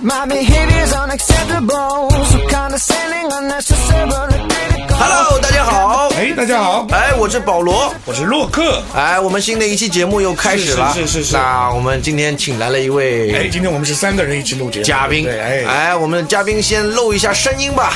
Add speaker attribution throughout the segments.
Speaker 1: My behavior's unacceptable, so condescending, unnecessarily critical.
Speaker 2: Hello，大家好，
Speaker 3: 哎，大家好，
Speaker 2: 哎，我是保罗，
Speaker 3: 我是洛克。
Speaker 2: 哎，我们新的一期节目又开始了，
Speaker 3: 是是是是
Speaker 2: 那我们今天请来了一
Speaker 3: 哎，
Speaker 2: 位
Speaker 3: 今天我们是三个人一起录节目，
Speaker 2: 嘉宾，
Speaker 3: 对不对，哎，
Speaker 2: 哎，我们的嘉宾先露一下声音吧，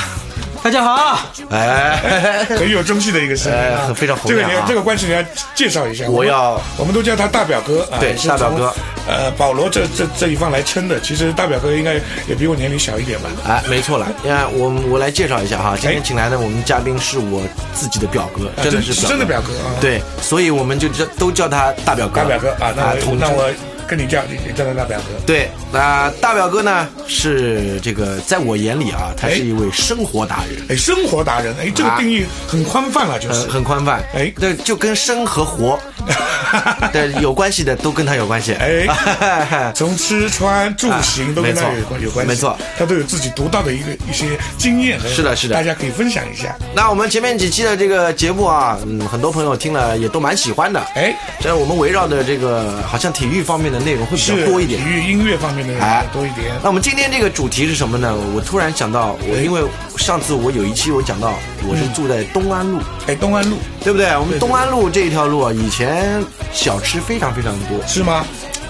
Speaker 4: 大家好，
Speaker 2: 哎，
Speaker 3: 很有中气的一个声音啊
Speaker 2: 哎，非常洪
Speaker 3: 这个
Speaker 2: 亮
Speaker 3: 你
Speaker 2: 啊
Speaker 3: 要这个关系你要介绍一下，
Speaker 2: 我要
Speaker 3: 们，我们都叫他大表哥啊，
Speaker 2: 对
Speaker 3: 也是
Speaker 2: 大表
Speaker 3: 从
Speaker 2: 哥，
Speaker 3: 呃，保罗这这这一方来称的，其实大表哥应该也比我年龄小一点吧，
Speaker 2: 哎，没错了，那我我来介绍一下
Speaker 3: 哎
Speaker 2: 哈，今天请来的我们嘉宾是我自己的表哥，
Speaker 3: 啊
Speaker 2: 真的
Speaker 3: 真
Speaker 2: 是
Speaker 3: 真的表哥啊
Speaker 2: 对，所以我们就叫都叫他大表哥，
Speaker 3: 大表哥啊，那我
Speaker 2: 统
Speaker 3: 那
Speaker 2: 称
Speaker 3: 我跟你叫你你叫他大表哥，
Speaker 2: 对，那大表哥呢是这个，在我眼里啊，他是一位生活达人，呃
Speaker 3: 哎，生活达人，哎，这个
Speaker 2: 啊
Speaker 3: 定义很宽泛了，就是
Speaker 2: 很很宽泛，
Speaker 3: 哎
Speaker 2: 对，就跟生和活 对有关系的都跟他有关系，，
Speaker 3: 哎从吃穿住行都跟他
Speaker 2: 啊没
Speaker 3: 有
Speaker 2: 错
Speaker 3: 关有关系，
Speaker 2: 没错，
Speaker 3: 他都有自己独到的一个一些经验和，
Speaker 2: 是的是的
Speaker 3: 大家可以分享一下。
Speaker 2: 那我们前面几期的这个节目啊，嗯，很多朋友听了也都蛮喜欢的，
Speaker 3: 哎，
Speaker 2: 这我们围绕着这个好像体育方面的内容会比较
Speaker 3: 是
Speaker 2: 多一点
Speaker 3: 体。育音乐方面的
Speaker 2: 哎
Speaker 3: 多一点。哎
Speaker 2: 那我们今天这个主题是什么呢？我突然想到，我因为上次我有一期我讲到我
Speaker 3: 嗯
Speaker 2: 是住在东安路，
Speaker 3: 哎，东安路
Speaker 2: 对不对？我们东安路这一条路啊，以前小吃非常非常多。
Speaker 3: 是吗？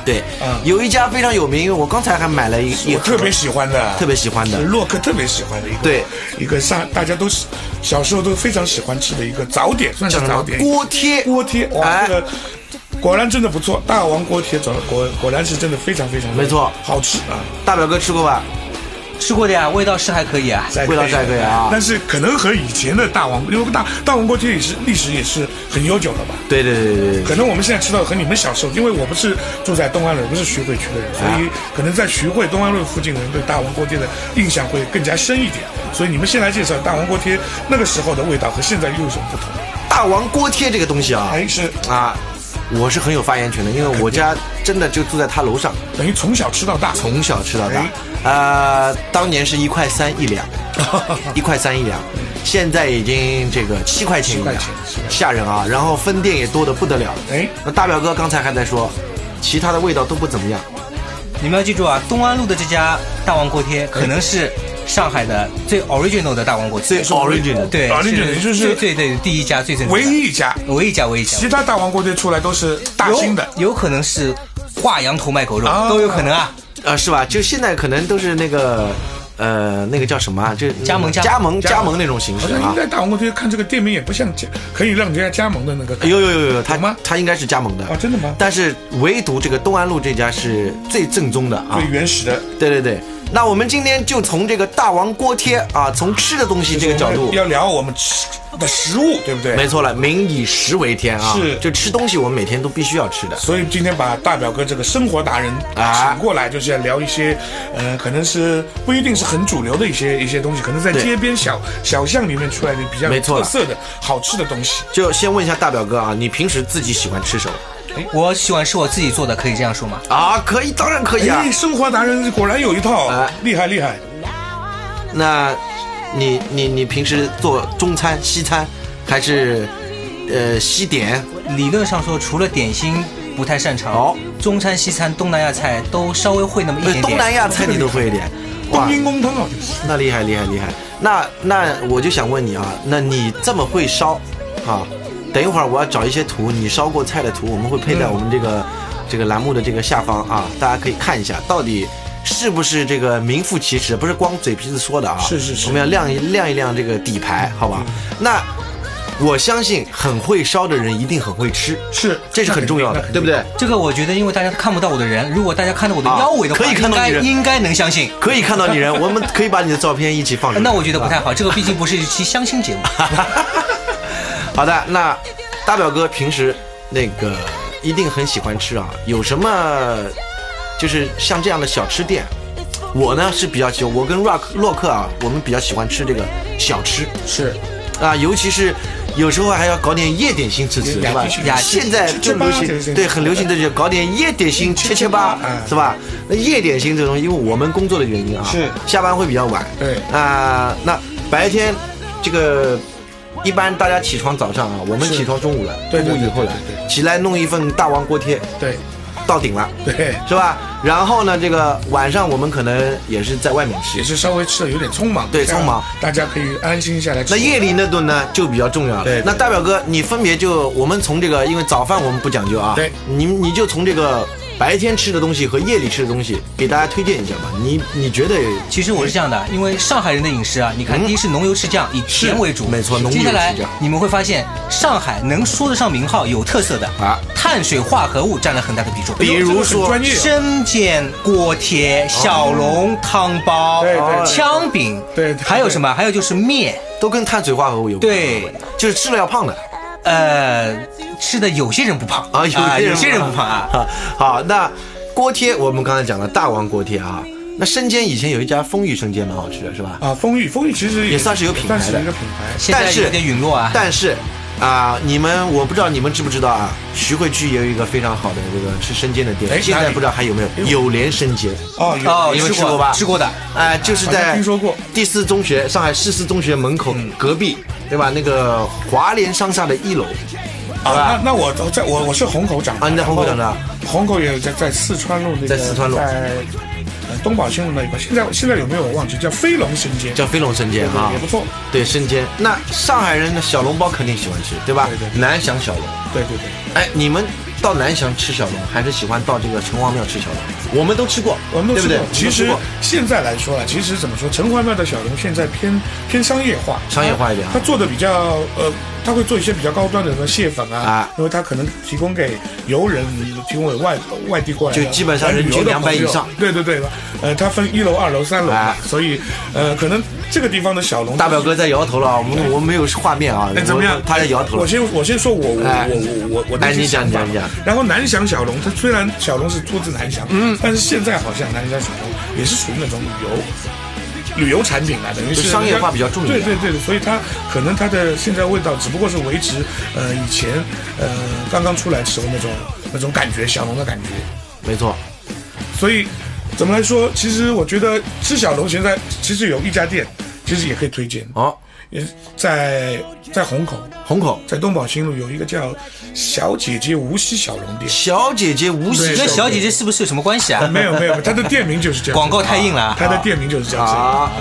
Speaker 2: 对，
Speaker 3: 嗯
Speaker 2: 有一家非常有名，我刚才还买了一一
Speaker 3: 我
Speaker 2: 盒
Speaker 3: 特别喜欢的，
Speaker 2: 特别喜欢的
Speaker 3: 是洛克特别喜欢的一个，
Speaker 2: 对，
Speaker 3: 一个上大家都喜小时候都非常喜欢吃的一个早点，算是
Speaker 2: 叫什
Speaker 3: 早
Speaker 2: 么
Speaker 3: 点，
Speaker 2: 锅贴，
Speaker 3: 锅贴，哇，
Speaker 2: 哎
Speaker 3: 这个果然真的不错，大王锅贴果果果然是真的非常非常
Speaker 2: 没错
Speaker 3: 好吃啊，
Speaker 2: 大表哥吃过吧？
Speaker 4: 吃过的呀，味道是还可以啊。
Speaker 3: 在
Speaker 2: 味道在对啊
Speaker 3: 但是可能和以前的大王，因为大大王锅贴也是历史也是很悠久了吧。
Speaker 2: 对对对对对。
Speaker 3: 可能我们现在吃到的和你们小时候，因为我不是住在东安路，我不是徐汇区的人，所以可能在徐汇东安路附近的人对大王锅贴的印象会更加深一点。所以你们现在介绍大王锅贴那个时候的味道和现在又有什么不同？
Speaker 2: 大王锅贴这个东西啊，
Speaker 3: 哎，是
Speaker 2: 啊，我是很有发言权的，因为我家真的就住在他楼上，
Speaker 3: 等于从小吃到大，
Speaker 2: 从小吃到大
Speaker 3: 哎。
Speaker 2: 呃，当年是一块三一两，一块三一两，现在已经这个七块钱一两
Speaker 3: 七块钱是，的
Speaker 2: 吓人啊！然后分店也多的不得了。
Speaker 3: 哎
Speaker 2: 那大表哥刚才还在说，其他的味道都不怎么样。
Speaker 4: 你们要记住啊，东安路的这家大王锅贴可能是上海的最 original 的大王锅贴，
Speaker 2: 最 original
Speaker 4: 对
Speaker 3: original，就是
Speaker 4: 最最对第一家最正宗的
Speaker 3: 唯一一家，
Speaker 4: 唯一一家唯一一家
Speaker 3: 其，他大王锅贴出来都是大兴的。
Speaker 4: 有有可能是挂羊头卖狗肉
Speaker 3: 啊
Speaker 4: 都有可能啊。
Speaker 2: 啊，是吧？就现在可能都是那个，呃，那个叫什么啊？就
Speaker 4: 加盟
Speaker 2: 加盟
Speaker 3: 加盟
Speaker 2: 加盟那种形
Speaker 3: 好
Speaker 2: 式
Speaker 3: 像
Speaker 2: 啊
Speaker 3: 应。该大王锅贴看这个店名也不像加可以让人家加盟的那个感觉。
Speaker 2: 有有有有，他
Speaker 3: 有吗
Speaker 2: 他应该是加盟的
Speaker 3: 哦真的吗
Speaker 2: 但是唯独这个东安路这家是最正宗的啊
Speaker 3: 最。原始的
Speaker 2: 对对对，那我们今天就从这个大王锅贴啊，从吃的东西这个角
Speaker 3: 我
Speaker 2: 度
Speaker 3: 们，要聊我们吃的食物，对不对？
Speaker 2: 没错了，民以食为天啊，
Speaker 3: 是
Speaker 2: 就吃东西我们每天都必须要吃的。
Speaker 3: 所以今天把大表哥这个生活达人
Speaker 2: 啊
Speaker 3: 请过来，就是要聊一些，呃，可能是不一定是很主流的一些一些东西，可能在
Speaker 2: 对
Speaker 3: 街边小小巷里面出来的比较
Speaker 2: 没
Speaker 3: 有
Speaker 2: 错
Speaker 3: 特
Speaker 2: 了
Speaker 3: 色的好吃的东西。
Speaker 2: 就先问一下大表哥啊，你平时自己喜欢吃什么
Speaker 4: 我喜欢吃我自己做的，可以这样说吗？
Speaker 2: 啊？可以，当然可以啊。
Speaker 3: 哎，生活达人果然有一套，
Speaker 2: 啊
Speaker 3: 厉害厉害。
Speaker 2: 那你你你平时做中餐、西餐，还是呃西点？
Speaker 4: 理论上说，除了点心不太擅长，
Speaker 2: 好
Speaker 4: 中餐、西餐、东南亚菜都稍微会那么一
Speaker 2: 呃
Speaker 4: 点，点。
Speaker 2: 东南亚菜你都会一 点，哇
Speaker 3: 冬，阴功汤啊，就是
Speaker 2: 那厉害厉害厉害。那那我就想问你啊，那你这么会烧啊？等一会儿我要找一些图，你烧过菜的图，我们会配在我们这个、这个栏目的这个下方啊，大家可以看一下到底。是不是这个名副其实？不是光嘴皮子说的啊！
Speaker 3: 是是是
Speaker 2: 我们要亮一亮一亮这个底牌，好吧？那我相信很会烧的人一定很会吃，
Speaker 3: 是
Speaker 2: 这是很重 要的
Speaker 3: 那，肯
Speaker 2: 对
Speaker 3: 定
Speaker 2: 不对？
Speaker 4: 这个我觉得，因为大家看不到我的人，如果大家看到我的腰围的
Speaker 2: 啊
Speaker 4: 话，
Speaker 2: 可以看到你
Speaker 4: 应该
Speaker 2: 人
Speaker 4: 应该能相信。
Speaker 2: 可以看到你人，我们可以把你的照片一起放出来。
Speaker 4: 那我觉得不太好，这个毕竟不是一期相亲节目。
Speaker 2: 好的，那大表哥平时那个一定很喜欢吃啊，有什么就是像这样的小吃店？我呢是比较喜欢，我跟 Rock 洛克啊，我们比较喜欢吃这个小吃
Speaker 3: 是
Speaker 2: 啊，尤其是有时候还要搞点夜点心吃吃，是
Speaker 3: 雅
Speaker 2: 吧
Speaker 3: 集去？
Speaker 2: 雅
Speaker 3: 吃
Speaker 2: 现在
Speaker 3: 吃
Speaker 2: 就
Speaker 3: 吧
Speaker 2: 流
Speaker 3: 这个是
Speaker 2: 行，对，很流行的就搞点夜点心
Speaker 3: 吃
Speaker 2: 切切
Speaker 3: 吃吧
Speaker 2: 吧
Speaker 3: 嗯，
Speaker 2: 是吧？那夜点心这种，因为我们工作的原因啊，
Speaker 3: 是
Speaker 2: 下班会比较晚，
Speaker 3: 对
Speaker 2: 啊、那白天这个一般大家起床早上啊，我们
Speaker 3: 是
Speaker 2: 起床中午了，
Speaker 3: 对
Speaker 2: 中午
Speaker 3: 对对
Speaker 2: 以后了
Speaker 3: 对对，
Speaker 2: 起来弄一份大王锅贴，
Speaker 3: 对。
Speaker 2: 到顶了，
Speaker 3: 对，
Speaker 2: 是吧？然后呢，这个晚上我们可能也是在外面吃
Speaker 3: 也，是稍微吃的有点匆忙，
Speaker 2: 对
Speaker 3: 这样
Speaker 2: 匆忙
Speaker 3: 大家可以安心下来吃。
Speaker 2: 那夜里那顿呢就比较重要了。
Speaker 3: 对对
Speaker 2: 那大表哥，你分别就我们从这个，因为早饭我们不讲究啊，
Speaker 3: 对
Speaker 2: 你你就从这个白天吃的东西和夜里吃的东西给大家推荐一下吧。你你觉得
Speaker 4: 其实我是这样的，因为上海人的饮食啊，你看，第一是浓油赤酱，以甜为主，
Speaker 2: 没错浓油
Speaker 4: 接下来
Speaker 2: 赤酱
Speaker 4: 你们会发现，上海能说得上名号、有特色的
Speaker 2: 啊
Speaker 4: 啊，碳水化合物占了很大的比重，
Speaker 2: 比如说
Speaker 3: 这个很专业，啊
Speaker 4: 生煎、锅贴、小笼、汤包、
Speaker 3: 对对
Speaker 4: 枪饼，
Speaker 3: 对对
Speaker 4: 还有什么？还有就是面，
Speaker 2: 都跟碳水化合物有关？
Speaker 4: 对，
Speaker 2: 就是吃了要胖的
Speaker 4: 呃，吃的有些人不胖
Speaker 2: 啊，有些人
Speaker 4: 有些人不胖啊。。
Speaker 2: 好，那锅贴我们刚才讲了大王锅贴啊，那生煎以前有一家丰裕生煎蛮好吃的是吧？
Speaker 3: 啊，丰裕，丰裕其实
Speaker 2: 也算是有品牌的
Speaker 3: 算是一个品牌。
Speaker 4: 现在
Speaker 2: 但是
Speaker 4: 有点陨
Speaker 3: 哎
Speaker 4: 落啊，
Speaker 2: 但是啊、你们我不知道你们知不知道啊，徐汇区也有一个非常好的这个吃生煎的
Speaker 3: 哎哪
Speaker 2: 店，
Speaker 3: 里哎
Speaker 2: 现在不知道还有没有友联生煎。
Speaker 3: 哦，有
Speaker 4: 哦，
Speaker 2: 你们
Speaker 4: 吃
Speaker 2: 吃过吧
Speaker 4: 吃过的。
Speaker 2: 哎、就是
Speaker 3: 好像
Speaker 2: 在
Speaker 3: 听说过嗯
Speaker 2: 第四中学，上海市四中学门口隔壁，对吧？那个华联商厦的一楼，好
Speaker 3: 啊
Speaker 2: 吧，？
Speaker 3: 那那我在我我是虹口长大
Speaker 2: 啊你在虹口长大
Speaker 3: 然后虹口也在在四川路那个，
Speaker 2: 在四川路
Speaker 3: 在呃东宝新路那一块。现在现在有没有我忘记，叫飞龙生煎，
Speaker 2: 叫飞龙生煎啊
Speaker 3: 也，不错。
Speaker 2: 对生煎。那上海人的小笼包肯定喜欢吃，对吧？
Speaker 3: 对对
Speaker 2: 南翔小笼，
Speaker 3: 对对对，
Speaker 2: 哎，你们到南翔吃小笼，还是喜欢到这个城隍庙吃小笼？我们都吃过，
Speaker 3: 我们都
Speaker 2: 对
Speaker 3: 吃
Speaker 2: 不
Speaker 3: 过
Speaker 2: 对？
Speaker 3: 其
Speaker 2: 我
Speaker 3: 实
Speaker 2: 们都吃过
Speaker 3: 现在来说啊，其实怎么说，城隍庙的小笼现在偏偏商业化，
Speaker 2: 商业化一点啊
Speaker 3: 它做的比较呃，它会做一些比较高端的什么蟹粉啊
Speaker 2: 啊，
Speaker 3: 因为它可能提供给游人，提供给外外地过来的，
Speaker 2: 就基本上人均
Speaker 3: 旅游的朋友
Speaker 2: 200以上。
Speaker 3: 对对对，呃，它分一楼、二楼、三楼嘛
Speaker 2: 啊，
Speaker 3: 所以呃，可能这个地方的小笼
Speaker 2: 大表哥在摇头了啊，我们我们没有画面啊，
Speaker 3: 哎，怎么样
Speaker 2: 我？他在摇头
Speaker 3: 我
Speaker 2: 了。
Speaker 3: 先我先说我我
Speaker 2: 哎
Speaker 3: 我我我我
Speaker 2: 哎
Speaker 3: 的一些
Speaker 2: 你讲
Speaker 3: 想法
Speaker 2: 你讲你讲
Speaker 3: 然后南翔小笼，它虽然小笼是出自南翔，嗯，但是现在好像南翔小笼也是属于那种旅游。旅游产品啊，等于是
Speaker 2: 就商业化比较重一点
Speaker 3: 对对对对，所以它可能它的现在味道只不过是维持呃以前呃刚刚出来的时候那种那种感觉，小笼的感觉。
Speaker 2: 没错，
Speaker 3: 所以怎么来说，其实我觉得吃小笼现在其实有一家店，其实也可以推荐，
Speaker 2: 哦，
Speaker 3: 也在在虹口，
Speaker 2: 虹口
Speaker 3: 在东宝新路有一个叫“小姐姐无锡小笼店
Speaker 2: 小姐姐无
Speaker 3: 对
Speaker 2: 锡
Speaker 4: 跟小姐姐是不是有什么关系啊”，？
Speaker 3: 没有没有，它的店名就是这样子，
Speaker 4: 广告太硬了啊
Speaker 3: 它的店名就是这样子。
Speaker 2: 啊，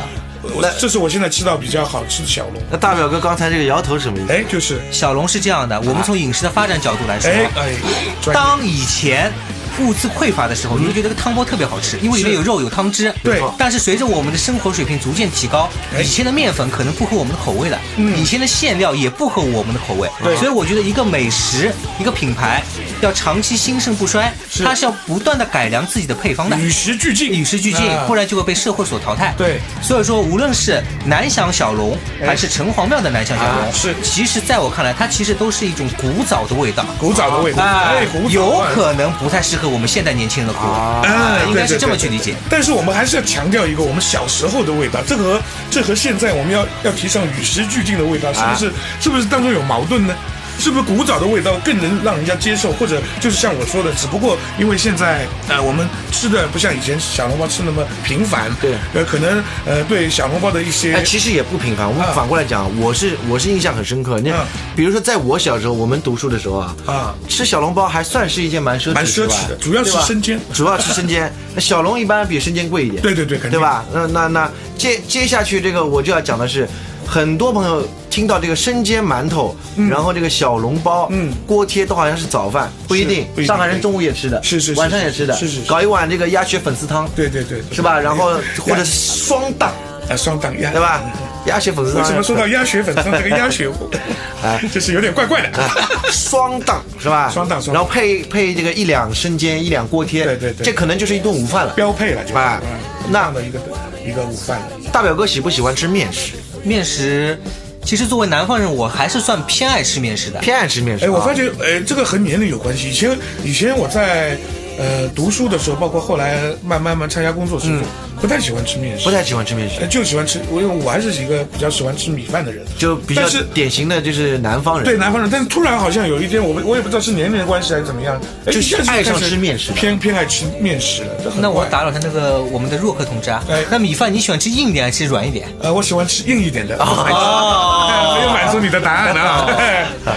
Speaker 3: 我这是我现在吃到比较好吃的小笼，
Speaker 2: 那大表哥刚才这个摇头是什么意思？
Speaker 3: 哎，就是
Speaker 4: 小龙是这样的，我们从饮食的发展角度来说，啊
Speaker 3: 哎哎，专业嗯
Speaker 4: 当以前物资匮乏的时候，你会觉得这个汤包特别好吃，因为里面有肉有汤汁。
Speaker 3: 对
Speaker 4: 但是随着我们的生活水平逐渐提高，
Speaker 3: 哎
Speaker 4: 以前的面粉可能不合我们的口味了，以前的馅料也不合我们的口味。
Speaker 3: 嗯对
Speaker 4: 所以我觉得一个美食，一个品牌要长期兴盛不衰，它是要不断的改良自己的配方的。
Speaker 3: 与时俱进，
Speaker 4: 与时俱进，
Speaker 3: 啊
Speaker 4: 不然就会被社会所淘汰。
Speaker 3: 对哎
Speaker 4: 所以说无论是南翔小笼，还是城隍庙的南翔小
Speaker 3: 啊
Speaker 4: 笼，
Speaker 3: 是
Speaker 4: 其实在我看来，它其实都是一种古早的味道。
Speaker 3: 古早的味道，
Speaker 4: 啊
Speaker 3: 哎，古，早
Speaker 4: 有
Speaker 3: 啊
Speaker 4: 可能不太适合我们现代年轻人的口味，
Speaker 3: 啊
Speaker 4: 应该是这么去理解。
Speaker 3: 但是我们还是要强调一个我们小时候的味道，这和这和现在我们要要提倡与时俱进的味道，是不
Speaker 4: 啊
Speaker 3: 是、是不是当中有矛盾呢？是不是古早的味道更能让人家接受，或者就是像我说的，只不过因为现在呃我们吃的不像以前小笼包吃那么频繁，
Speaker 2: 对
Speaker 3: 呃可能呃对小笼包的一些、
Speaker 2: 哎，其实也不平凡。我们
Speaker 3: 啊
Speaker 2: 反过来讲，我是我是印象很深刻。那
Speaker 3: 嗯
Speaker 2: 比如说，在我小时候，我们读书的时候啊，
Speaker 3: 啊
Speaker 2: 吃小笼包还算是一件蛮奢侈
Speaker 3: 蛮
Speaker 2: 是
Speaker 3: 奢
Speaker 2: 吧
Speaker 3: 侈的，主要是
Speaker 2: 对吧
Speaker 3: 生煎，
Speaker 2: 主要吃生煎，那小笼一般比生煎贵一点，
Speaker 3: 对对对肯定
Speaker 2: 对吧？那那那接接下去这个我就要讲的是，很多朋友听到这个生煎馒头，然后这个小笼包、
Speaker 3: 嗯
Speaker 2: 锅贴都好像是早饭，不一定，
Speaker 3: 不一定
Speaker 2: 上海人中午也吃的，
Speaker 3: 是是是
Speaker 2: 晚上也吃的，
Speaker 3: 是是是
Speaker 2: 搞一碗这个鸭血粉丝汤，
Speaker 3: 对对对，
Speaker 2: 是吧？然后或者
Speaker 3: 是
Speaker 2: 是双档，
Speaker 3: 啊双档鸭
Speaker 2: 对吧？鸭血粉丝汤，
Speaker 3: 为什么说到鸭血粉上这个鸭血，
Speaker 4: 啊
Speaker 3: 就是有点怪怪的。
Speaker 2: 啊，双档是吧？
Speaker 3: 双档双档
Speaker 2: 然后配配这个一两生煎，一两锅贴，
Speaker 3: 对对对
Speaker 2: 这可能就是一顿午饭了。
Speaker 3: 标配了，就是
Speaker 2: 啊
Speaker 3: 嗯
Speaker 2: 那
Speaker 3: 这样的一个一个午饭了。
Speaker 2: 大表哥喜不喜欢吃面食？
Speaker 4: 面食，其实作为南方人，我还是算偏爱吃面食的。
Speaker 2: 偏爱吃面食。
Speaker 3: 哎，我
Speaker 2: 啊
Speaker 3: 发觉，哎，这个和年龄有关系。以前以前我在呃读书的时候，包括后来慢慢慢参加工作之后，不太喜欢吃面食，
Speaker 2: 嗯不太喜欢吃面
Speaker 3: 哎
Speaker 2: 食，
Speaker 3: 就喜欢吃，我因为我还是一个比较喜欢吃米饭的人，
Speaker 2: 就比较
Speaker 3: 但是
Speaker 2: 典型的就是南方人。
Speaker 3: 对南方人，但是突然好像有一天，我不我也不知道是年龄的关系还是怎么样，哎
Speaker 2: 就
Speaker 3: 一下子
Speaker 2: 爱上
Speaker 3: 开始
Speaker 2: 吃面食了
Speaker 3: 偏偏爱吃面食了。这很
Speaker 4: 那我
Speaker 3: 怪
Speaker 4: 打扰一下那个我们的若克同志啊
Speaker 3: 哎，
Speaker 4: 那米饭你喜欢吃硬一点还是软一点？
Speaker 3: 呃，我喜欢吃硬一点的，
Speaker 2: 哦
Speaker 3: 哎 没有满足你的答 案啊，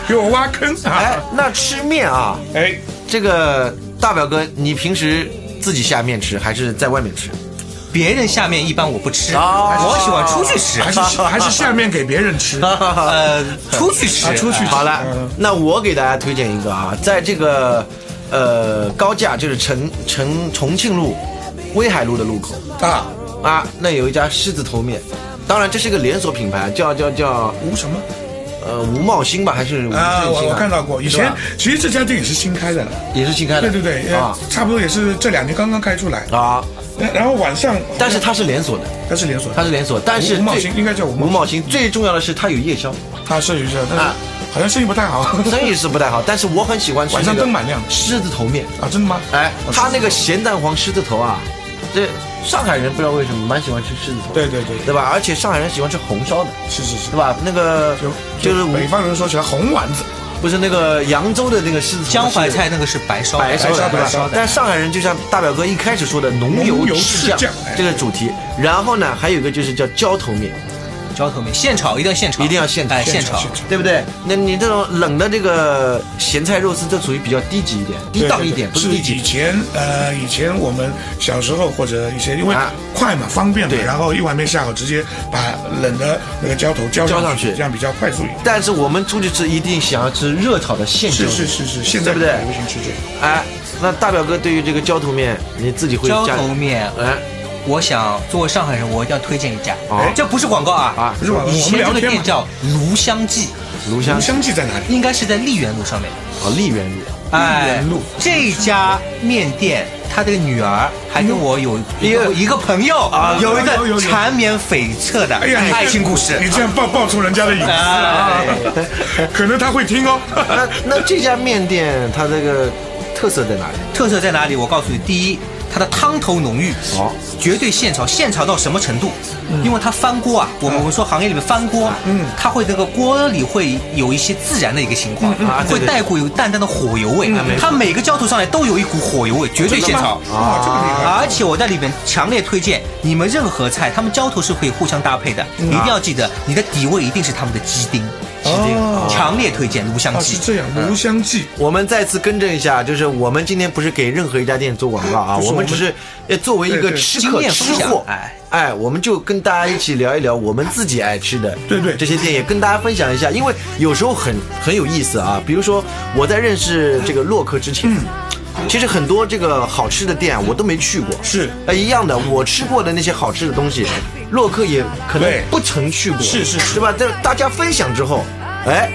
Speaker 3: 给我挖坑啊
Speaker 2: 哎哎，，那吃面啊，
Speaker 3: 哎，
Speaker 2: 这个大表哥，你平时自己下面吃还是在外面 吃？
Speaker 4: 别人下面一般我不吃，
Speaker 2: 哦
Speaker 4: 我喜欢出去吃，
Speaker 3: 还是还是下面给别 人吃，
Speaker 4: 呃出去吃，
Speaker 3: 啊出去吃
Speaker 2: 好了
Speaker 3: 嗯，
Speaker 2: 那我给大家推荐一个啊，在这个呃高架，就是城城重庆路、威海路的路口
Speaker 3: 啊，
Speaker 2: 啊，那有一家狮子头面，当然这是个连锁品牌，叫叫叫
Speaker 3: 无什么
Speaker 2: 呃吴茂兴吧，还是吴振兴
Speaker 3: 啊，我我看到过，以前
Speaker 2: 对吧
Speaker 3: 其实这家店也是新开的，
Speaker 2: 也是新开的，
Speaker 3: 对对对，呃
Speaker 2: 啊
Speaker 3: 差不多也是这两年刚刚开出来，
Speaker 2: 啊，
Speaker 3: 然然后晚上，
Speaker 2: 但是它是连锁的，
Speaker 3: 它是连锁的，
Speaker 2: 它是连锁，但是
Speaker 3: 吴茂
Speaker 2: 最
Speaker 3: 兴应该叫吴茂
Speaker 2: 吴茂兴，最重要的是它有夜宵，
Speaker 3: 它是有一家，但
Speaker 2: 啊
Speaker 3: 是好像生意不太好
Speaker 2: 生意是不太好，但是我很喜欢吃
Speaker 3: 晚上
Speaker 2: 这个
Speaker 3: 灯蛮亮
Speaker 2: 狮子头面。
Speaker 3: 啊，真的吗？
Speaker 2: 哎，
Speaker 3: 我
Speaker 2: 他那个咸蛋黄狮子头啊，这上海人不知道为什么蛮喜欢吃狮子头，
Speaker 3: 对对对
Speaker 2: 对吧？而且上海人喜欢吃红烧的，
Speaker 3: 是是是
Speaker 2: 对，吧？那个
Speaker 3: 就
Speaker 2: 就是
Speaker 3: 就
Speaker 2: 我
Speaker 3: 北方人说起来红丸子，
Speaker 2: 不是那个扬州的那个狮子头是
Speaker 4: 江淮菜那个是白烧的，
Speaker 2: 白烧的，对
Speaker 3: 白
Speaker 2: 吧
Speaker 3: 烧？
Speaker 2: 但上海人就像大表哥一开始说的浓
Speaker 3: 浓油
Speaker 2: 赤
Speaker 3: 赤
Speaker 2: 酱
Speaker 3: 酱哎
Speaker 2: 这个主题，然后呢，还有一个就是叫浇头面，
Speaker 4: 浇头面现炒，一定要现炒，
Speaker 2: 一定要现炒
Speaker 4: 哎
Speaker 3: 现
Speaker 4: 现
Speaker 3: 炒
Speaker 4: 炒，
Speaker 3: 现炒
Speaker 2: 对不对？那你这种冷的这个咸菜肉丝，这属于比较低级一点、低档一点，不
Speaker 3: 对
Speaker 2: 是
Speaker 3: 对
Speaker 2: 低
Speaker 3: 对是以
Speaker 2: 级。
Speaker 3: 前呃，以前我们小时候或者一些，因为
Speaker 2: 啊
Speaker 3: 快嘛，方便嘛
Speaker 2: 对，
Speaker 3: 然后一碗面下好，直接把冷的那个浇头浇
Speaker 2: 浇上
Speaker 3: 上
Speaker 2: 去
Speaker 3: 这样比较快速一点。
Speaker 2: 但是我们出去吃一定想要吃热炒的现
Speaker 3: 是
Speaker 2: 浇
Speaker 3: 是是是，现在
Speaker 2: 对不对
Speaker 3: 流行吃这个。
Speaker 2: 哎，那大表哥对于这个浇头面，你自己会加
Speaker 4: 浇头面
Speaker 2: 哎，
Speaker 4: 我想作为上海人，我一定要推荐一家
Speaker 2: 哦，
Speaker 4: 这不是广告啊
Speaker 2: 啊，
Speaker 3: 不是吧？我
Speaker 4: 以
Speaker 3: 们
Speaker 4: 前
Speaker 3: 聊
Speaker 4: 这个
Speaker 3: 天嘛
Speaker 4: 店，叫炉香记，
Speaker 2: 炉香
Speaker 3: 吴香记在哪里？
Speaker 4: 应该是在丽园路上面。
Speaker 2: 哦，丽园路，
Speaker 4: 哎
Speaker 3: 嗯园路，
Speaker 4: 这家面店，他的女儿还跟我有
Speaker 2: 嗯
Speaker 4: 一个一个朋友
Speaker 2: 啊
Speaker 4: 有一
Speaker 3: 哎有有有
Speaker 4: 个缠绵悱恻的
Speaker 3: 哎呀，你
Speaker 4: 爱情故事
Speaker 3: 你。这样爆爆出人家的隐私啊
Speaker 4: 哎！
Speaker 3: 可能他会听哦。
Speaker 2: 那啊那这家面店它这个特色在哪里？
Speaker 4: 特色在哪里？我告诉你，第一，它的汤头浓郁，
Speaker 2: 哦嗯
Speaker 4: 绝对现炒，现炒到什么程度？因为它翻锅啊，我们我们说行业里面翻锅，嗯，它会那个锅里会有一些自然的一个情况，
Speaker 2: 嗯啊对
Speaker 4: 会
Speaker 2: 对
Speaker 4: 带过有淡淡的火油味，
Speaker 2: 没错
Speaker 4: 它每个浇头上来都有一股火油味，绝对现炒。
Speaker 3: 啊，这么厉害！
Speaker 4: 而且我在里面强烈推荐你们任何菜，他们浇头是可以互相搭配的，
Speaker 2: 嗯
Speaker 4: 一
Speaker 2: 啊
Speaker 4: 定要记得你的底味一定是他们的鸡丁，鸡
Speaker 3: 丁哦
Speaker 4: 强烈推荐炉香
Speaker 3: 啊，
Speaker 4: 鸡
Speaker 3: 是。这样，《吴香记》
Speaker 2: 我们再次更正一下，就是我们今天不是给任何一家店做广告 啊，
Speaker 3: 不是
Speaker 2: 我们只是呃作为一
Speaker 3: 对
Speaker 2: 个
Speaker 3: 对
Speaker 2: 吃
Speaker 4: 经
Speaker 2: 客
Speaker 4: 验
Speaker 2: 吃
Speaker 4: 分享
Speaker 2: 货，
Speaker 4: 哎
Speaker 2: 哎，我们就跟大家一起聊一聊我们自己爱吃的，
Speaker 3: 对对
Speaker 2: 这些店也跟大家分享一下，因为有时候很很有意思啊，比如说我在认识这个洛克之
Speaker 3: 嗯
Speaker 2: 前。其实很多这个好吃的店啊我都没去过，
Speaker 3: 是
Speaker 2: 呃一样的，我吃过的那些好吃的东西，洛克也可能
Speaker 3: 对
Speaker 2: 不曾去过，
Speaker 3: 是是是
Speaker 2: 对吧？但大家分享之后，哎，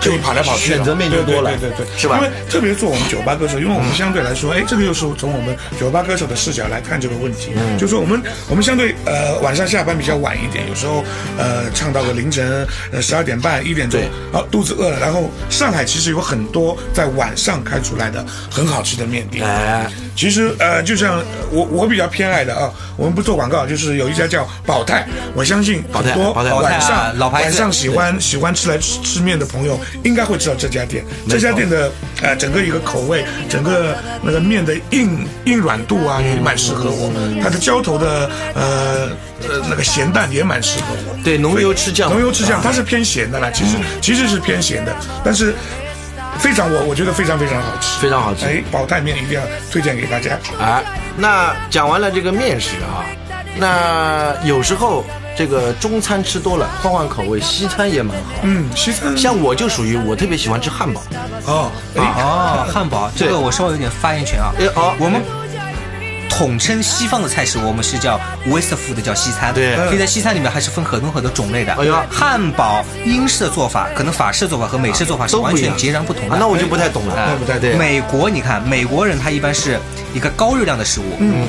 Speaker 3: 可以跑来跑去的，
Speaker 2: 选择面就多了
Speaker 3: 对对对对对
Speaker 2: 是吧嗯
Speaker 3: 因为特别做我们酒吧歌手，因为我们相对来说，哎，这个又是从我们酒吧歌手的视角来看这个问题，
Speaker 2: 嗯
Speaker 3: 就说我们我们相对呃晚上下班比较晚一点，有时候呃唱到个凌晨呃十二点半一点钟
Speaker 2: 对，
Speaker 3: 啊肚子饿了，然后上海其实有很多在晚上开出来的很好吃的面店，
Speaker 2: 哎
Speaker 3: 其实呃，就像呃我我比较偏爱的啊，我们不做广告，就是有一家叫宝泰，我相信
Speaker 2: 宝
Speaker 3: 很
Speaker 2: 泰
Speaker 3: 多
Speaker 2: 宝泰宝泰
Speaker 3: 晚
Speaker 4: 啊
Speaker 3: 上
Speaker 4: 老牌子
Speaker 3: 晚上喜欢喜欢吃来吃吃面的朋友，应该会知道这家店。这家店的呃整个一个口味，整个那个面的硬硬软度啊，也蛮适合
Speaker 2: 嗯
Speaker 3: 我。它的浇头的呃呃那个咸蛋也蛮适合我。
Speaker 2: 对浓油赤酱啊嗯
Speaker 3: 浓油赤酱，它是偏咸的啦，其实其实是偏咸的，但是非常我我觉得非常非常好吃，
Speaker 2: 非常好吃
Speaker 3: 哎，宝泰面一定要推荐给大家。
Speaker 2: 哎，那讲完了这个面食啊，那有时候这个中餐吃多了，换换口味，西餐也蛮好。
Speaker 3: 嗯，西餐
Speaker 2: 像我就属于我特别喜欢吃汉堡，
Speaker 3: 哦，哎，
Speaker 4: 哦，汉堡这
Speaker 2: 对
Speaker 4: 个我稍微有点发言权啊
Speaker 2: 哎哦。
Speaker 4: 我们统称西方的菜式，我们是叫 West food，叫西餐。
Speaker 2: 对
Speaker 4: 所以在西餐里面还是分很多很多种类的。
Speaker 2: 哎呦
Speaker 4: 汉堡英式的做法，可能法式做法和美式做法是
Speaker 2: 都
Speaker 4: 完
Speaker 2: 不一
Speaker 4: 全
Speaker 2: 样，
Speaker 4: 截然不同的。
Speaker 2: 啊那我就不太懂了，
Speaker 4: 哎
Speaker 3: 那不太懂
Speaker 2: 对。
Speaker 4: 美国，你看美国人他一般是一个高热量的食物，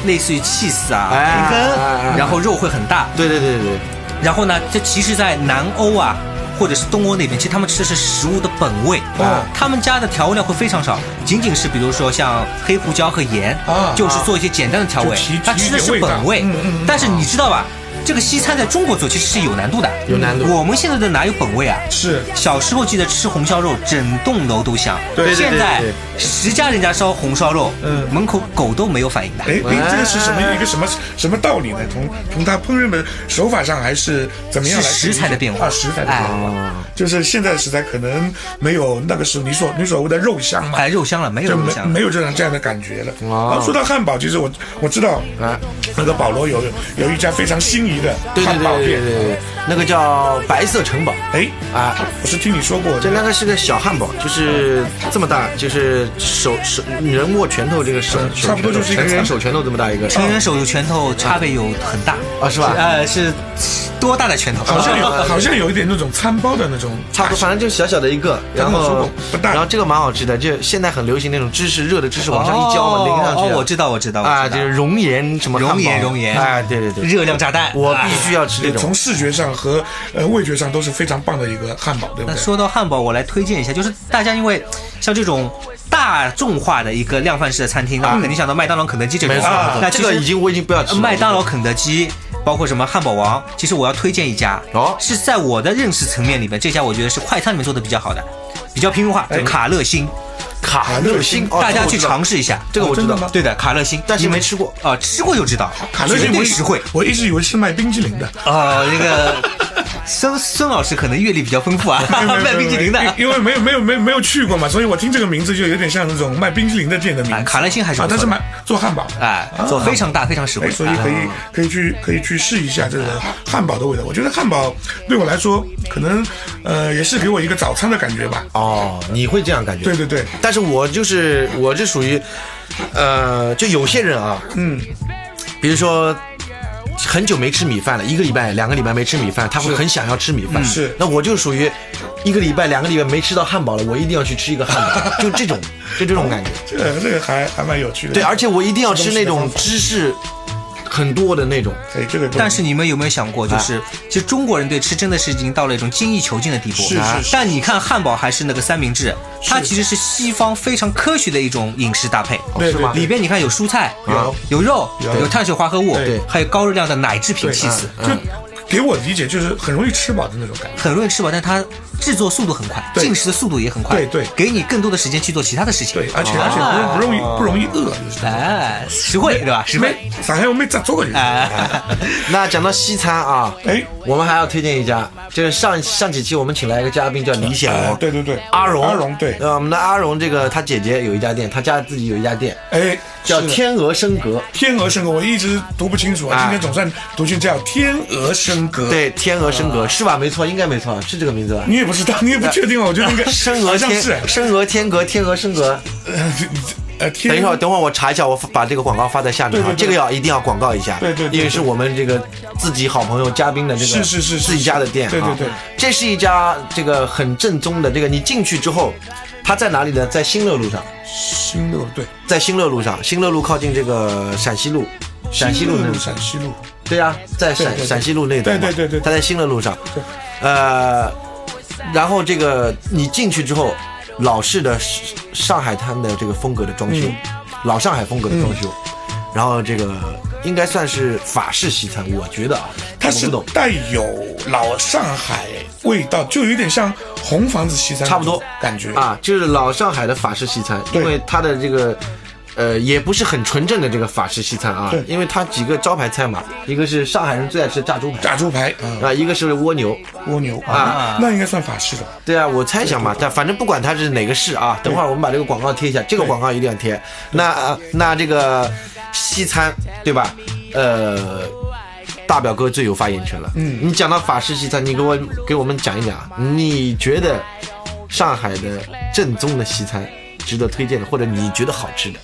Speaker 4: 类似于 cheese 啊、
Speaker 2: 嗯哎
Speaker 4: 培根
Speaker 2: 哎哎哎，
Speaker 4: 然后肉会很大，
Speaker 2: 对对对对
Speaker 4: 然后呢，这其实，在南欧啊，或者是东欧那边，其实他们吃的是食物的本味。
Speaker 3: 哦
Speaker 4: 他们加的调味料会非常少，仅仅是比如说像黑胡椒和盐，
Speaker 3: 啊
Speaker 4: 就是做一些简单的调味
Speaker 3: 就提。
Speaker 4: 他吃的是
Speaker 3: 提一点味道
Speaker 4: 本味，
Speaker 3: 嗯嗯嗯
Speaker 4: 但是你知道吧？这个西餐在中国做其实是有难度的，
Speaker 2: 有难度
Speaker 4: 我们现在的哪有本味啊？
Speaker 3: 是
Speaker 4: 小时候记得吃红烧肉，整栋楼都香。
Speaker 3: 对对对
Speaker 4: 现在
Speaker 2: 对对
Speaker 4: 十家人家烧红烧肉，
Speaker 3: 嗯
Speaker 4: 门口狗都没有反应的。
Speaker 3: 哎，您这个是什么一个什么什么道理呢？从从它烹饪的手法上，还是怎么样来
Speaker 4: 是食材的变化
Speaker 3: 啊？食材的变
Speaker 2: 哎
Speaker 3: 化，哦就是现在食材可能没有那个时候你所你所谓的肉香嘛，
Speaker 4: 哎，肉香了，没有
Speaker 3: 就
Speaker 4: 肉
Speaker 3: 没
Speaker 4: 香了。
Speaker 3: 没有这样这样的感觉了。
Speaker 2: 哦
Speaker 3: 然后说到汉堡，其实我我知道
Speaker 2: 哎
Speaker 3: 那个保罗有有一家非常心仪的
Speaker 2: 对对
Speaker 3: 汉
Speaker 2: 对
Speaker 3: 堡
Speaker 2: 对对
Speaker 3: 店，
Speaker 2: 对对，那个叫白色城堡。
Speaker 3: 哎
Speaker 2: 啊，
Speaker 3: 我是听你说过
Speaker 2: 这
Speaker 3: 的。
Speaker 2: 那个是个小汉堡，就是这么大，就是手手人握拳头这个手，手
Speaker 3: 差不多就是一个
Speaker 2: 拳
Speaker 3: 人
Speaker 2: 手拳头这么大一个。
Speaker 4: 成人手有拳头差别有很大
Speaker 2: 啊是吧
Speaker 4: 呃，是多大的拳头？哦
Speaker 3: 好像有，
Speaker 2: 啊
Speaker 3: 好像有一点那种餐包的那种，
Speaker 2: 差不啊多，反正就小小的一个，然
Speaker 3: 跟我说
Speaker 2: 后
Speaker 3: 过不大
Speaker 2: 然后这个蛮好吃的，就现在很流行那种芝士热的芝士往上一浇嘛，
Speaker 4: 哦
Speaker 2: 淋上去
Speaker 4: 哦
Speaker 2: 的，
Speaker 4: 我知道我知道我知道
Speaker 2: 啊，就是熔岩什么汉堡
Speaker 4: 熔岩熔岩
Speaker 2: 哎，对对对，
Speaker 4: 热量炸弹。
Speaker 2: 我
Speaker 4: 哎
Speaker 2: 必须要吃这种
Speaker 3: 从，视觉上和呃味觉上都是非常棒的一个汉堡，对不
Speaker 4: 那
Speaker 3: 对？
Speaker 4: 说到汉堡，我来推荐一下，就是大家因为像这种大众化的一个量贩式的餐厅，那我肯定想到麦当劳、肯德基这种。
Speaker 2: 啊没错
Speaker 4: 啊，那
Speaker 2: 这
Speaker 4: 其
Speaker 2: 个
Speaker 4: 实呃
Speaker 2: 已经我已经不要吃了。
Speaker 4: 麦当劳、肯德基，包括什么汉堡王，其实我要推荐一家，
Speaker 2: 哦
Speaker 4: 是在我的认识层面里面，这家我觉得是快餐里面做的比较好的，比较平民
Speaker 2: 哎
Speaker 4: 化，卡乐星，
Speaker 2: 卡乐星，哦
Speaker 4: 大家去，尝
Speaker 2: 试。
Speaker 4: 试一下。
Speaker 2: 这个我知道
Speaker 3: 哦真的吗
Speaker 4: 对的，卡乐星，
Speaker 2: 但是
Speaker 4: 你们
Speaker 2: 没吃过
Speaker 4: 啊、吃过就知道，
Speaker 3: 卡乐
Speaker 4: 绝
Speaker 3: 星
Speaker 4: 对
Speaker 3: 我一
Speaker 4: 实惠。
Speaker 3: 我一直以为是卖冰淇淋的，
Speaker 4: 啊，那个孙孙老师可能阅历比较丰富啊， 卖冰淇淋的。
Speaker 3: 因因为没有没有没有没有去过嘛，所以我听这个名字就有点像那种卖冰淇淋的店的名
Speaker 4: 啊
Speaker 3: 字。
Speaker 4: 卡乐星还是
Speaker 3: 啊
Speaker 4: 不，
Speaker 3: 它
Speaker 4: 错
Speaker 3: 是
Speaker 4: 的
Speaker 3: 卖啊做汉堡，
Speaker 4: 哎，做非常大，非常实惠啊
Speaker 3: 哎，。所以可以可以去可以去试一下这个汉堡的味道。我觉得汉堡对我来说，可能呃也是给我一个早餐的感觉吧。
Speaker 2: 哦，你会这样感觉？
Speaker 3: 对对对，
Speaker 2: 但是我就是我这属于，呃，就有些人啊，
Speaker 3: 嗯，
Speaker 2: 比如说。很久没吃米饭了，一个礼拜、两个礼拜没吃米饭，他会很想要吃米饭。
Speaker 3: 嗯是
Speaker 2: 那我就属于一个礼拜、两个礼拜没吃到汉堡了，我一定要去吃一个汉堡， 就这种，就这种感觉。
Speaker 3: 这个这个还还蛮有趣的。
Speaker 2: 对，而且我一定要吃那
Speaker 3: 吃东
Speaker 2: 种
Speaker 3: 西的方法
Speaker 2: 芝士很多的那种。
Speaker 3: 哎，这个
Speaker 4: 但是你们有没有想过，就是其实中国人对吃真的是已经到了一种精益求精的地步。啊
Speaker 3: 是是是
Speaker 4: 但你看汉堡还是那个三明治，它其实是西方非常科学的一种饮食搭配。
Speaker 3: 对
Speaker 2: 是吗
Speaker 3: 对
Speaker 4: 里边你看有蔬菜，
Speaker 3: 有
Speaker 4: 有肉，
Speaker 3: 有
Speaker 4: 有碳水化合物
Speaker 3: 对，
Speaker 4: 还有嗯高热量的奶制品
Speaker 3: 对啊
Speaker 4: cheese，
Speaker 3: 就给我理解就是很容易吃饱的那种感觉。
Speaker 4: 很容易吃饱，但它制作速度很快，
Speaker 3: 对
Speaker 4: 进食的速度也很快，
Speaker 3: 对对
Speaker 4: 给你更多的时间去做其他的事情。
Speaker 3: 对，而且而且不容不容易不容易饿，就是
Speaker 4: 哎，实惠对吧？实惠。
Speaker 3: 没上海我没咋做过就是。
Speaker 2: 啊
Speaker 4: 哎，
Speaker 2: 那讲到西餐啊，
Speaker 3: 哎，
Speaker 2: 我们还要推荐一家，就是上上几期我们请来一个嘉宾叫李显
Speaker 3: 哎
Speaker 2: 龙，
Speaker 3: 对对对，
Speaker 2: 阿荣，
Speaker 3: 阿荣对，
Speaker 2: 呃，我们的阿荣这个他姐姐有一家店，他家自己有一家店
Speaker 3: 哎，
Speaker 2: 叫
Speaker 3: 是的
Speaker 2: 天鹅笙阁，
Speaker 3: 天鹅笙歌，我一直读不清楚啊，
Speaker 2: 哎
Speaker 3: 今天总算读清叫天鹅笙歌。，
Speaker 2: 对，天鹅笙阁是吧？没错，应该没错，是这个名字吧？
Speaker 3: 啊你也不知道， 你也不确定啊，我觉得应该
Speaker 2: 生鹅
Speaker 3: 好像
Speaker 2: 天，
Speaker 3: 是。
Speaker 2: 生鹅天阁，天鹅笙阁。
Speaker 3: 呃呃，天
Speaker 2: 等一会儿，等会儿我查一下，我把这个广告发在下面啊
Speaker 3: 对对，对
Speaker 2: 这个要一定要广告一下，
Speaker 3: 对对对对
Speaker 2: 因为是我们这个自己好朋友嘉宾的这个
Speaker 3: 是是是是
Speaker 2: 自己家的店啊，
Speaker 3: 对对对
Speaker 2: 这是一家这个很正宗的，这个你进去之后，它在哪里呢？在新乐路上，
Speaker 3: 新乐路对，
Speaker 2: 在新乐路上，新乐路靠近这个陕西路，陕西路那
Speaker 3: 新乐
Speaker 2: 里
Speaker 3: 路，陕西路，
Speaker 2: 对啊，在陕
Speaker 3: 对对
Speaker 2: 陕西路那头嘛，
Speaker 3: 对对对对对
Speaker 2: 他在新乐路上，呃，然后这个你进去之后，老式的上上海滩的这个风格的装
Speaker 3: 嗯
Speaker 2: 修，老上海风格的装修，然后这个应该算是法式西餐，我觉得啊，
Speaker 3: 它
Speaker 2: 我
Speaker 3: 是
Speaker 2: 不懂，
Speaker 3: 带有老上海味道，就有点像红房子西餐
Speaker 2: 差不多
Speaker 3: 感觉。
Speaker 2: 啊，就是老上海的法式西餐，
Speaker 3: 对
Speaker 2: 因为它的这个。呃，也不是很纯正的这个法式西餐啊
Speaker 3: 对，
Speaker 2: 因为它几个招牌菜嘛，一个是上海人最爱吃的炸猪排
Speaker 3: 炸猪排啊，
Speaker 2: 啊，一个是蜗牛，
Speaker 3: 蜗牛
Speaker 2: 啊
Speaker 3: 啊，那应该算法式的。
Speaker 2: 对啊，我猜想嘛，但反正不管它是哪个市啊，等会儿我们把这个广告贴一下，这个广告一定要贴。那、呃、那这个西餐对吧？呃，大表哥最有发言权了。嗯，你讲到法式西餐，你给我给我们讲一讲啊，你觉得上海的正宗的西餐值得推荐的，或者你觉得好吃的，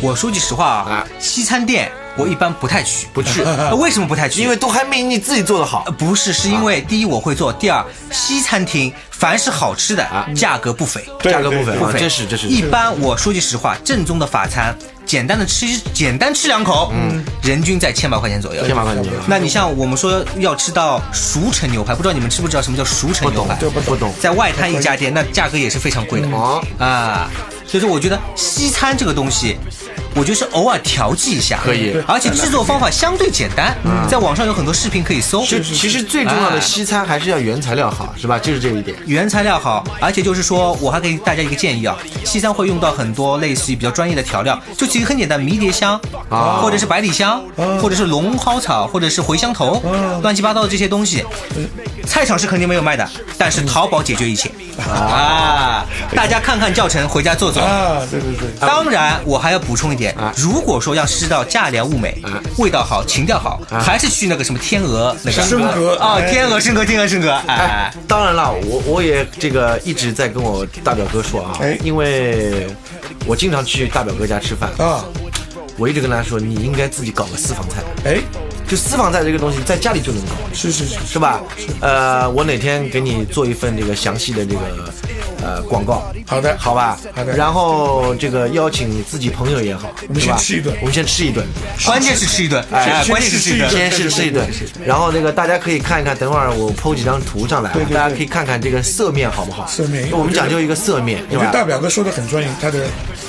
Speaker 4: 我说句实话啊
Speaker 2: 啊，
Speaker 4: 西餐店我一般不太去，
Speaker 2: 不 去，
Speaker 4: 呃为什么不太去？
Speaker 2: 因为都还没你自己做的好
Speaker 4: 呃。不是，是因
Speaker 3: 啊
Speaker 4: 为第一我会做，第二西餐厅凡是好吃的，价格不菲。
Speaker 3: 啊对
Speaker 2: 价格不
Speaker 3: 对
Speaker 2: 菲
Speaker 3: 对
Speaker 2: 啊，
Speaker 4: 对
Speaker 2: 这是这是
Speaker 4: 一般我说句实话，正宗的法餐，简单的吃简单吃两口，嗯，人均在千把块钱左右。
Speaker 2: 千把块钱。
Speaker 4: 那你像我们说要吃到熟成牛排，不知道你们知不知道什么叫熟成
Speaker 2: 不
Speaker 4: 牛
Speaker 2: 懂
Speaker 4: 排？，
Speaker 2: 不懂。
Speaker 4: 在外滩一家店，那价格也是非常贵的
Speaker 2: 哦
Speaker 4: 啊。所以说，我觉得西餐这个东西，我觉得是偶尔调剂一下，
Speaker 2: 可以对嗯
Speaker 4: 而且制作方法相对简单，在网上有很多视频可以搜。
Speaker 2: 就其实最重要的
Speaker 4: 哎
Speaker 2: 西餐还是要原材料好，是吧？就是这一点。
Speaker 4: 原材料好，而且就是说，我还给大家一个建议啊，西餐会用到很多类似于比较专业的调料，就其实很简单，迷迭香
Speaker 2: 啊
Speaker 4: 或者是百里香，
Speaker 3: 啊
Speaker 4: 或者是龙蒿草，或者是茴香头，乱七八糟的这些东西，
Speaker 3: 呃
Speaker 4: 菜场是肯定没有卖的，但是淘宝解决一切啊！大家看看教程，回家做做。
Speaker 3: 啊，对对对，啊
Speaker 4: 当然，我还要补充一点，如果说要吃到价廉物美、味道好、情调好，还是去那个什么天鹅那个
Speaker 3: 啊升格
Speaker 4: 啊，
Speaker 3: 哎
Speaker 4: 天鹅升格，天鹅升格，哎
Speaker 2: 哎，，当然了，我我也这个一直在跟我大表哥说啊
Speaker 3: 哎，
Speaker 2: 因为我经常去大表哥家吃饭，
Speaker 3: 啊，
Speaker 2: 我一直跟他说，你应该自己搞个私房菜，
Speaker 3: 哎，
Speaker 2: 就私房菜这个东西在家里就能搞，
Speaker 3: 是是是
Speaker 2: 是吧？呃，我哪天给你做一份这个详细的这个呃广告，
Speaker 3: 好的
Speaker 2: 好吧，
Speaker 3: 好的
Speaker 2: 然后这个邀请自己朋友也好，我
Speaker 3: 们先吃一顿
Speaker 2: 我们先吃一顿，
Speaker 4: 关键是吃一顿，哎，
Speaker 3: 是
Speaker 4: 关键是吃一顿
Speaker 3: 是。
Speaker 2: 先是吃一顿，然后那个大家可以看一看，等会儿我剖几张图上来，啊
Speaker 3: 对对
Speaker 2: 大家可以看看这个色面好不好？
Speaker 3: 色面因为
Speaker 2: 我们
Speaker 3: 我觉得
Speaker 2: 讲究一个色面，
Speaker 3: 我
Speaker 2: 对
Speaker 3: 觉得
Speaker 4: 啊
Speaker 2: 吧？
Speaker 3: 大表哥说的很专业，他的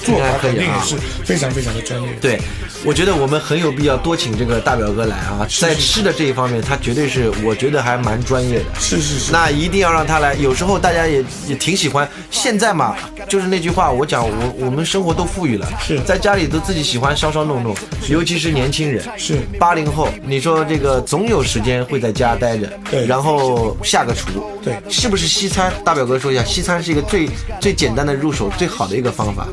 Speaker 3: 做
Speaker 2: 应该
Speaker 3: 法
Speaker 2: 可以
Speaker 3: 肯定
Speaker 2: 啊
Speaker 3: 也是非常非常的专业。
Speaker 2: 对，我觉得我们很有必要多请这个大表哥来啊，在吃的这一方面，他绝对是我觉得还蛮专业的。
Speaker 3: 是是是，
Speaker 2: 那一定要让他来。有时候大家也也挺喜欢。现在嘛，就是那句话，我讲我我们生活都富裕了，
Speaker 3: 是
Speaker 2: 在家里都自己喜欢烧烧弄弄，尤其是年轻人，
Speaker 3: 是
Speaker 2: 八零后，你说这个总有时间会在家待着，
Speaker 3: 对
Speaker 2: 然后下个厨，
Speaker 3: 对
Speaker 2: 是不是西餐？大表哥说一下，西餐是一个最最简单的入手最好的一个方法，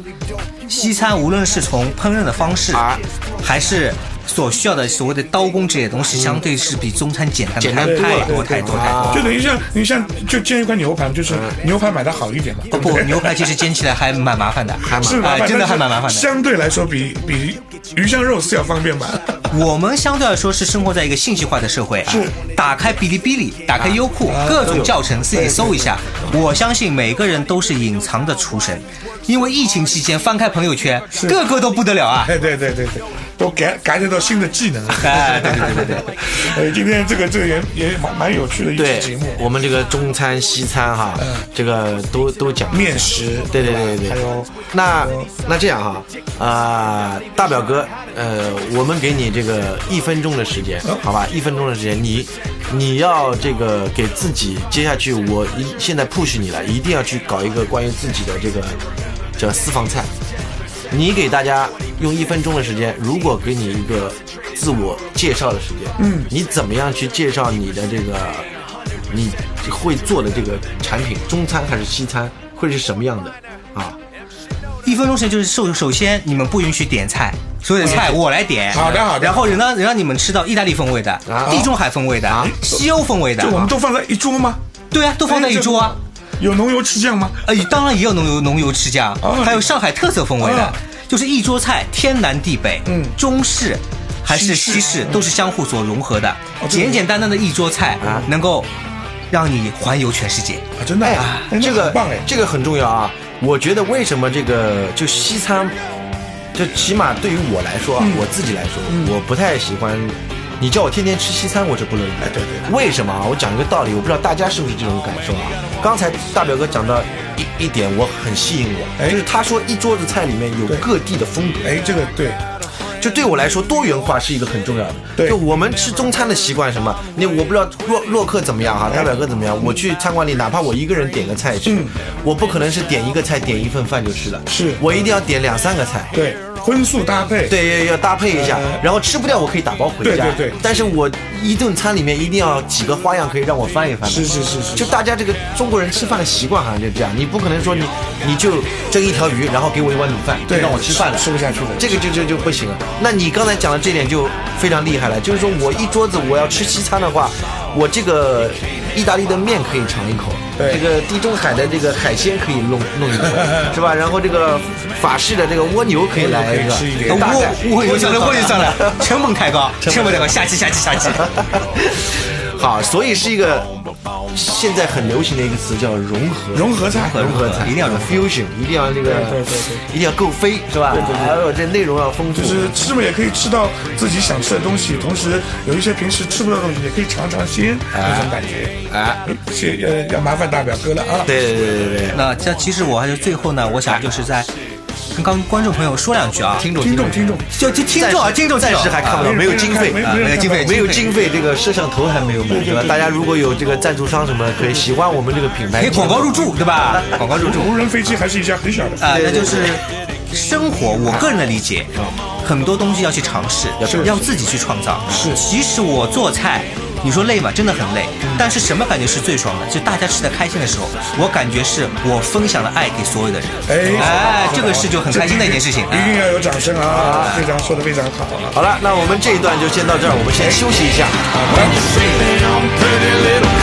Speaker 4: 西餐无论是从烹饪的方式
Speaker 2: 啊，
Speaker 4: 还是所需要的所谓的刀工这些东西，相对是比中餐简单的
Speaker 2: 简单
Speaker 4: 太
Speaker 2: 多了
Speaker 4: 太多太多太多。
Speaker 3: 就等于像你像就煎一块牛排，就是牛排买的好一点嘛。
Speaker 4: 嗯哦不，牛排其实煎起来还蛮麻烦的，
Speaker 2: 还蛮
Speaker 3: 是麻
Speaker 4: 哎
Speaker 3: 烦，
Speaker 4: 真的
Speaker 3: 但是
Speaker 4: 还蛮麻烦的
Speaker 3: 相对来说比比鱼香肉丝要方便吧？
Speaker 4: 我们相对来说是生活在一个信息化的社会，
Speaker 3: 是
Speaker 4: 打开哔哩哔哩，打开优酷，各种教程自己搜一下。我相信每个人都是隐藏的厨神，因为疫情期间翻开朋友圈，个个都不得了啊！
Speaker 3: 哎，对对对对，都感感觉到新的技能了。
Speaker 4: 哎，对对对对对。
Speaker 3: 呃，今天这个这个也也蛮蛮有趣的一
Speaker 2: 对
Speaker 3: 期节目，，嗯
Speaker 2: 我们这个中餐、西餐哈，这个都都讲了
Speaker 3: 面食，
Speaker 2: 对对对对
Speaker 3: 还
Speaker 2: 对
Speaker 3: 有。
Speaker 2: 那那这样哈，啊，大表哥，呃，我们给你这个一分钟的时间，好吧？一分钟的时间，你你要这个给自己接下去，我一现在 push 你了，一定要去搞一个关于自己的这个叫私房菜。你给大家用一分钟的时间，如果给你一个自我介绍的时间，嗯，你怎么样去介绍你的这个你会做的这个产品，中餐还是西餐，会是什么样的啊？
Speaker 4: 一分钟时间就是首首先你们不允许点菜，所有的菜我来点。
Speaker 3: 好的好的
Speaker 4: 然后人让人让你们吃到意大利风味的、地中海风味的、西欧风味的
Speaker 3: 就，我们都放在一桌吗？哎
Speaker 4: 对啊，都放在一桌啊。
Speaker 3: 有浓油赤酱吗？
Speaker 4: 呃，当然也有浓油浓油赤酱
Speaker 3: 哦，
Speaker 4: 还有上海特色风味的
Speaker 3: 哦，
Speaker 4: 就是一桌菜天南地北，嗯，中式。还是西式都是相互所融合的，
Speaker 3: 真的
Speaker 4: 简简单单的一桌菜，能够让你环游全世界。
Speaker 3: 啊，真的啊，哎
Speaker 2: 这
Speaker 3: 那
Speaker 2: 个
Speaker 3: 很棒哎，
Speaker 2: 这个很重要啊！我觉得为什么这个就西餐，就起码对于我来说啊，
Speaker 3: 嗯
Speaker 2: 我自己来说，我不太喜欢。你叫我天天吃西餐，我是不乐意。哎，
Speaker 3: 对对
Speaker 2: 为什么啊？我讲一个道理，我不知道大家是不是这种感受啊？
Speaker 3: 嗯
Speaker 2: 刚才大表哥讲到一一点，我很吸引我，
Speaker 3: 哎
Speaker 2: 就是他说一桌子菜里面有
Speaker 3: 对
Speaker 2: 各地的风格。
Speaker 3: 哎，这个对，
Speaker 2: 就对我来说，多元化是一个很重要的。
Speaker 3: 对
Speaker 2: 就我们吃中餐的习惯是什么？你我不知道洛洛克怎么样哈、
Speaker 3: 哎
Speaker 2: 大表哥怎么
Speaker 3: 嗯
Speaker 2: 样？我去餐馆里，哪怕我一个人点个菜吃，我不可能是点一个菜点一份饭就吃了，
Speaker 3: 是
Speaker 2: 我一定要点两三个菜。
Speaker 3: 对，荤素搭配，
Speaker 2: 对，要要搭配一下，然后吃不掉我可以打包回家。
Speaker 3: 对对对
Speaker 2: 但是我一顿餐里面一定要几个花样可以让我翻一翻的。
Speaker 3: 是是是是
Speaker 2: 就大家这个中国人吃饭的习惯好像就这样，你不可能说你你就蒸一条鱼，然后给我一碗卤饭，就
Speaker 3: 对
Speaker 2: 让我吃饭了，
Speaker 3: 吃吃不下去的
Speaker 2: 这个就就就不行了。那你刚才讲的这点就非常厉害了，就是说我一桌子我要吃西餐的话，我这个意大利的面可以尝一口，
Speaker 3: 对
Speaker 2: 这个地中海的这个海鲜可以弄弄 一口，是吧？然后这个法式的这个蜗牛可以来一个，
Speaker 3: 可以吃一点
Speaker 2: 大概
Speaker 4: 我我就算了，我就算了，成本太高，成本太高，下期下期下期。
Speaker 2: 好，所以是一个现在很流行的一个词叫融合，
Speaker 3: 融合菜，
Speaker 2: 融合菜
Speaker 4: 一定要融合
Speaker 2: fusion，一定要这个，
Speaker 3: 对对对
Speaker 2: 一定要够飞是吧？对对对，还有这内容要丰富，
Speaker 3: 就是吃嘛也可以吃到自己想吃的东西，同时有一些平时吃不到的东西也可以尝尝鲜，那种感觉。
Speaker 2: 哎，
Speaker 3: 谢呃，要麻烦大表哥了啊。
Speaker 2: 对对对对对，
Speaker 4: 那这其实我还是最后呢，我想就是在跟刚观众朋友说两句啊，
Speaker 2: 听众
Speaker 3: 听众听众，
Speaker 4: 就就听众啊，听众
Speaker 2: 暂时还看不到，没有经费
Speaker 3: 没有
Speaker 4: 啊，
Speaker 2: 啊，
Speaker 4: 没有经费，
Speaker 2: 没有经费，这个摄像头还没有买，对吧？大家如果有这个赞助商什么，可以喜欢我们这个品牌，
Speaker 4: 啊可以广告入驻，对吧？广告入驻
Speaker 3: 无人飞机还是一家很小的，
Speaker 4: 啊，
Speaker 2: 对
Speaker 4: 那
Speaker 2: 对
Speaker 4: 就是生活。我个人的理解，很多东西要去尝试，要自己去创造。
Speaker 3: 是
Speaker 4: 即使我做菜。你说累吗？真的很累，但是什么感觉是最爽的？就大家吃的开心的时候，我感觉是我分享了爱给所有的人。
Speaker 3: 哎
Speaker 4: 哎，这个是就很开心的一件事情。哎
Speaker 3: 一定要有掌声啊！非常说的非常好啊。
Speaker 2: 好了，那我们这一段就先到这儿，我们先休息一下。
Speaker 1: Sleeping on pretty little